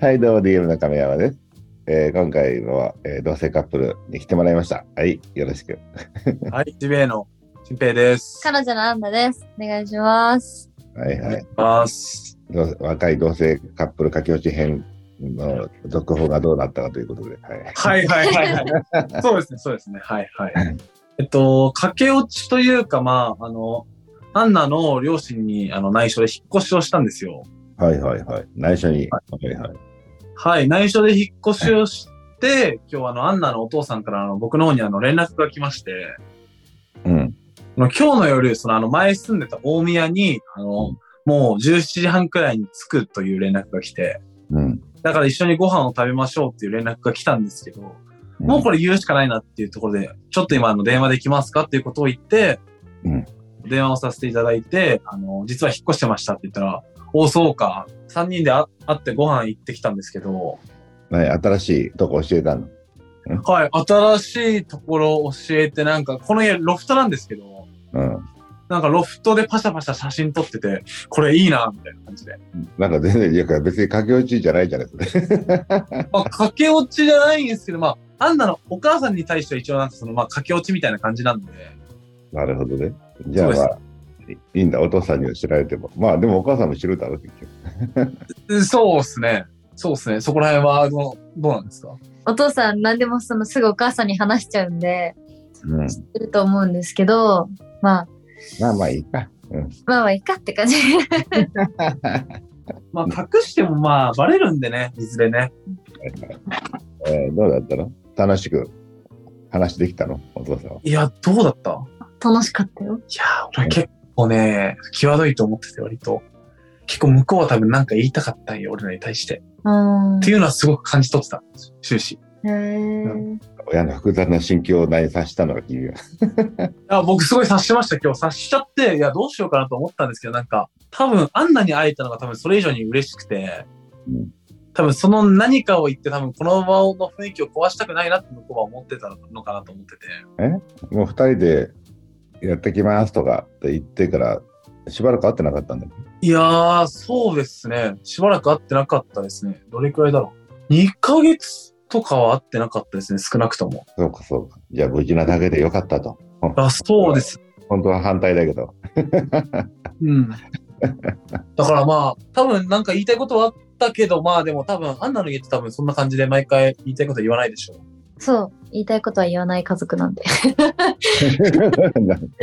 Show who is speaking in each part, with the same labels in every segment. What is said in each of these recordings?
Speaker 1: はい、どうも DM の亀山です。えー今回のは、えー同性カップルに来てもらいました。はい、よろしく。
Speaker 2: はい、ジベイの新平です。
Speaker 3: 彼女のアンナです。お願いします。
Speaker 1: はい
Speaker 2: お願
Speaker 1: はいい
Speaker 2: し。ます。
Speaker 1: どう若い同性カップル駆け落ち編の続報がどうなったかということで。はい。
Speaker 2: はいはいはいはい。そうですね、そうですね。はいはい
Speaker 1: はい。
Speaker 2: えっと、駆け落ちというか、まあ、あの、アンナの両親にあの内緒で引っ越しをしたんですよ。
Speaker 1: はいはいはい。内緒に。
Speaker 2: は
Speaker 1: はいはい。
Speaker 2: はい、内緒で引っ越しをして、今日あの、アンナのお父さんからあの僕の方にあの連絡が来まして、
Speaker 1: うん。
Speaker 2: あの今日の夜、そのあの前住んでた大宮に、あの、もう17時半くらいに着くという連絡が来て、
Speaker 1: うん。
Speaker 2: だから一緒にご飯を食べましょうっていう連絡が来たんですけど、もうこれ言うしかないなっていうところで、ちょっと今あの電話できますかっていうことを言って、
Speaker 1: うん
Speaker 2: 電話をさせていただいて、あの、実は引っ越してましたって言ったら、おそうか。3人であ会ってご飯行ってきたんですけど、
Speaker 1: はい、新しいとこ教えたの。
Speaker 2: はい、新しいところを教えて、なんか、この家ロフトなんですけど、
Speaker 1: うん。
Speaker 2: なんかロフトでパシャパシャ写真撮ってて、これいいな、みたいな感じで。
Speaker 1: なんか全然、いや別に駆け落ちじゃないじゃないですか。
Speaker 2: まあ、駆け落ちじゃないんですけど、まあ、アンナのお母さんに対しては一応なんかその、まあ、駆け落ちみたいな感じなんで、
Speaker 1: なるほどね。じゃあまあ、いいんだ、お父さんには知られても。まあでもお母さんも知るだろう、結局。
Speaker 2: そうですね。そうですね。そこら辺はどう、どうなんですか
Speaker 3: お父さん何でもそのすぐお母さんに話しちゃうんで、
Speaker 1: うん。
Speaker 3: 知ってると思うんですけど、まあ、
Speaker 1: まあまあいいか。
Speaker 3: まあまあいいかって感じ。
Speaker 2: まあ、隠してもまあ、バレるんでね、いずれね。
Speaker 1: えーどうだったの楽しく話できたのお父さんは。
Speaker 2: いや、どうだった
Speaker 3: 楽しかったよ。
Speaker 2: いやー、俺結構ね、際どいと思ってて、割と。結構向こうは多分なんか言いたかったんよ、俺らに対して。
Speaker 3: うん
Speaker 2: っ。ていうのはすごく感じ取ってた、終始。い
Speaker 3: へー
Speaker 1: 親の複雑な心境を何さしたのか君は。
Speaker 2: や、僕すごい察しました、今日。察しちゃって、いや、どうしようかなと思ったんですけど、なんか、多分、アンナに会えたのが多分それ以上に嬉しくて、
Speaker 1: うん
Speaker 2: 多分その何かを言って、多分この場の雰囲気を壊したくないなって向こうは思ってたのかなと思ってて。
Speaker 1: もう二人でやってきますとかって言ってから、しばらく会ってなかったんだけど。
Speaker 2: いやー、そうですね。しばらく会ってなかったですね。どれくらいだろう。2ヶ月とかは会ってなかったですね、少なくとも。
Speaker 1: そうかそうか。じゃあ無事なだけでよかったと。
Speaker 2: あ、そうです。
Speaker 1: 本当は反対だけど。
Speaker 2: うん。だからまあ、多分なんか言いたいことはあったけど、まあでも多分、アンナの家って多分そんな感じで毎回言いたいことは言わないでしょう。
Speaker 3: そう、言いたいことは言わない家族なんで。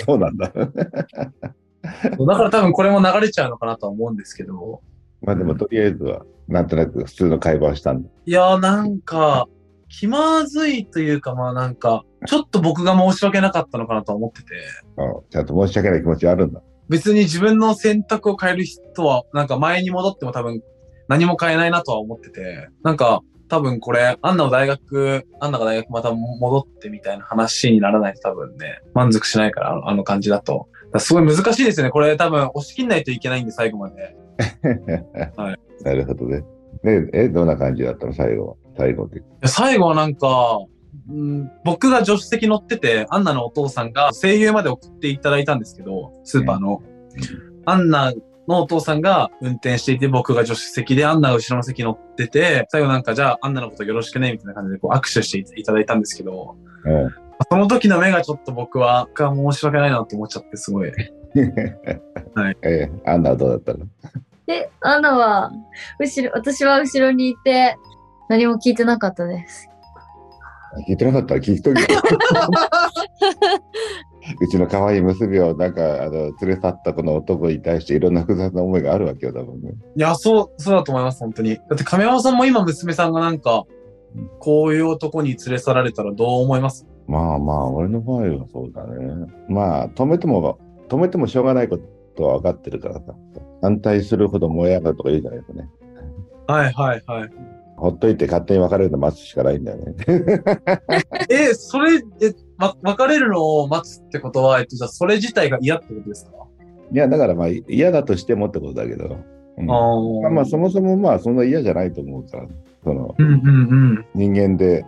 Speaker 1: そうなんだ。
Speaker 2: だから多分これも流れちゃうのかなとは思うんですけど。
Speaker 1: まあでもとりあえずは、なんとなく普通の会話をしたんだ。
Speaker 2: いやーなんか、気まずいというかまあなんか、ちょっと僕が申し訳なかったのかなとは思ってて。
Speaker 1: あちゃんと申し訳ない気持ちはあるんだ。
Speaker 2: 別に自分の選択を変える人は、なんか前に戻っても多分何も変えないなとは思ってて、なんか多分これ、アンナの大学、アンナが大学また戻ってみたいな話にならないと多分ね、満足しないから、あのあの感じだと。だからすごい難しいですよね。これ多分押し切んないといけないんで、最後まで。
Speaker 1: なるほどね。で、え、どんな感じだったの最後は。最後って。
Speaker 2: いや最後はなんか、うん、僕が助手席乗ってて、アンナのお父さんが声優まで送っていただいたんですけど、スーパーの。アンナのお父さんが運転していて、僕が助手席で、アンナが後ろの席乗ってて、最後なんか、じゃあ、アンナのことよろしくね、みたいな感じでこう握手していただいたんですけど、
Speaker 1: うん。
Speaker 2: その時の目がちょっと僕は、が申し訳ないなと思っちゃって、すごい。
Speaker 1: はい、 えー、アンナはどうだったの
Speaker 3: で、アンナは、後ろ、私は後ろにいて、何も聞いてなかったです。
Speaker 1: 聞いてなかったら聞いとけ よ。うちの可愛い娘をなんかあの連れ去ったこの男に対していろんな複雑な思いがあるわけよ、多分ね。
Speaker 2: いや、そう、そうだと思います、本当に。だって、亀山さんも今、娘さんがなんか、こういう男に連れ去られたらどう思います
Speaker 1: まあまあ、俺の場合はそうだね。まあ、止めても、止めてもしょうがないことは分かってるからさ。反対するほど燃え上がるとか言うじゃないですかね。
Speaker 2: はいはいはい。
Speaker 1: ほっといて勝手に別れるの待つしかないんだよね。
Speaker 2: え、それ、え、ま、別れるのを待つってことは、えっと、じゃあそれ自体が嫌ってことですか、
Speaker 1: いや、だからまあ、嫌だとしてもってことだけど。うんま
Speaker 2: あ
Speaker 1: あ、まあ、そもそもまあ、そんな嫌じゃないと思うから。その、
Speaker 2: うんうん
Speaker 1: 人間で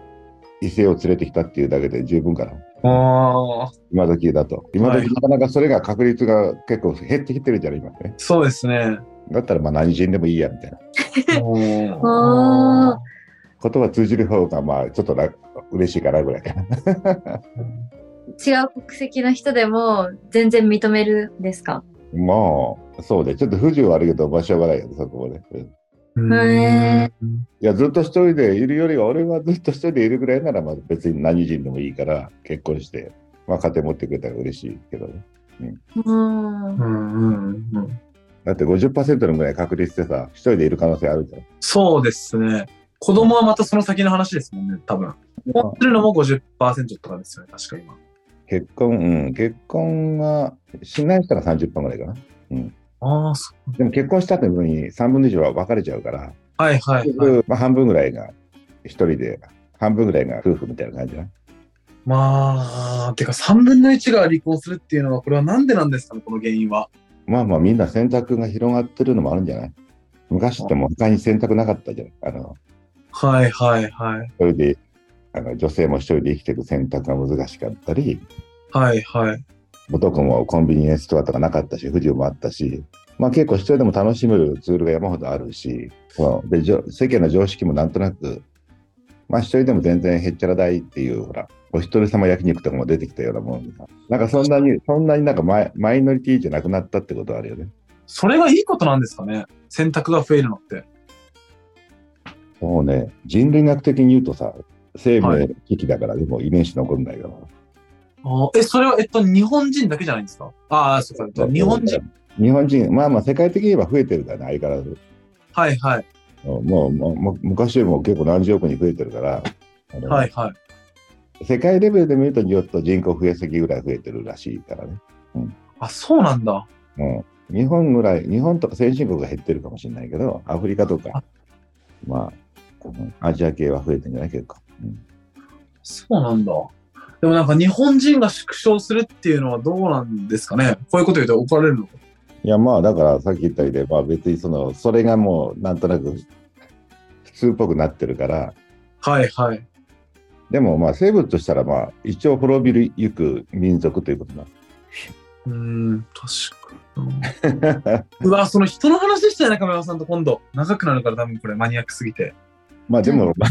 Speaker 1: 異性を連れてきたっていうだけで十分かな。
Speaker 2: うん。ああ、
Speaker 1: 今時だと。今
Speaker 2: はい
Speaker 1: 時なかなかそれが確率が結構減ってきてるじゃん、今ね。
Speaker 2: そうですね。
Speaker 1: だったらまあ何人でもいいやみたいな
Speaker 3: あー
Speaker 1: 言葉通じる方がまあちょっと楽嬉しいかなぐらいかな。
Speaker 3: 違う国籍の人でも全然認めるんですか
Speaker 1: もうそうでちょっと不自由はあるけどまあしょうがないよねそこもね。うん
Speaker 2: うん
Speaker 3: へ
Speaker 1: いやずっと一人でいるよりは俺はずっと一人でいるぐらいならまあ別に何人でもいいから結婚して、まあ、家庭持ってくれたら嬉しいけどね。
Speaker 3: う
Speaker 2: う
Speaker 3: ん。
Speaker 2: んうんうん
Speaker 1: だって50%のぐらい確率でさ一人でいる可能性あるじゃん。
Speaker 2: そうですね。子供はまたその先の話ですもんね、多分。持ってるのも50%とかですよね、確か今。
Speaker 1: 結婚、うん、結婚はしない人が30%ぐらいかな。
Speaker 2: ああ、そ
Speaker 1: でも結婚したって分に3分の1は別れちゃうから、
Speaker 2: う。はいはいはい。
Speaker 1: まあ、半分ぐらいが一人で、半分ぐらいが夫婦みたいな感じな。
Speaker 2: まあ、てか3分の1が離婚するっていうのは、これはなんでなんですかね、この原因は。
Speaker 1: まあまあみんな選択が広がってるのもあるんじゃない昔ってもう他に選択なかったじゃん。あの、
Speaker 2: はいはいはい。
Speaker 1: 一人で、あの女性も一人で生きていく選択が難しかったり、
Speaker 2: はいはい。
Speaker 1: 男もコンビニエンスストアとかなかったし、不自由もあったし、まあ結構一人でも楽しめるツールが山ほどあるし、そうでじょ世間の常識もなんとなく、まあ一人でも全然へっちゃらだいっていう、ほら、お一人様焼肉とかも出てきたようなもんでさなんかそんなに、そんなになんかマイマイノリティじゃなくなったってことはあるよね。
Speaker 2: それがいいことなんですかね、選択が増えるのって。
Speaker 1: もうね、人類学的に言うとさ、生命の危機だから、でも遺伝子残んないから。
Speaker 2: あーえ、それは、えっと、日本人だけじゃないんですかああ、そうか。日本人。
Speaker 1: 日本人、まあまあ世界的に言えば増えてるんだね、相変わらず。
Speaker 2: はいはい。
Speaker 1: うんもう、もうもう昔よりも結構何十億に増えてるから、あの
Speaker 2: はいはい。
Speaker 1: 世界レベルで見ると、ちょっと人口増えすぎぐらい増えてるらしいからね。
Speaker 2: あ、そうなんだ。
Speaker 1: うん、日本ぐらい、日本とか先進国が減ってるかもしれないけど、アフリカとか、まあ、うんアジア系は増えてるんじゃない結構。うん
Speaker 2: そうなんだ。でもなんか日本人が縮小するっていうのはどうなんですかねこういうこと言うと怒られるのか
Speaker 1: いや、まあ、だからさっき言ったように、まあ別にその、それがもうなんとなく普通っぽくなってるから、
Speaker 2: はいはい。
Speaker 1: でもまあ生物としたらまあ一応滅びるゆく民族ということな
Speaker 2: うーん、確かに。うわ、その人の話したよね、亀山さんと今度。長くなるから多分これマニアックすぎて。
Speaker 1: まあで も、ま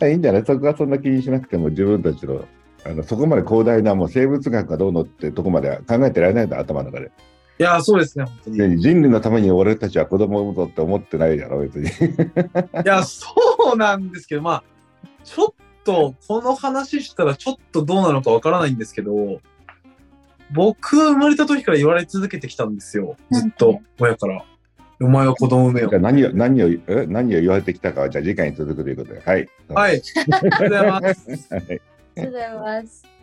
Speaker 1: あ、いいんじゃないそこはそんな気にしなくても自分たちのあのそこまで広大なもう生物学がどうのってとこまでは考えてられないんだ頭の中で
Speaker 2: いやー、そうですね、本当に。い
Speaker 1: で人類のために俺たちは子供を産むぞって思ってないだろ別に
Speaker 2: や、そうなんですけど、まあ、ちょっと、この話したらちょっとどうなのかわからないんですけど、僕、生まれた時から言われ続けてきたんですよ。ずっと、親から。お前は子供産めよ
Speaker 1: じゃ。あ何を何をえ何を言われてきたかはじゃあ次回に続くということではい
Speaker 2: はい。ありがとうございます。
Speaker 3: ありがとうございます。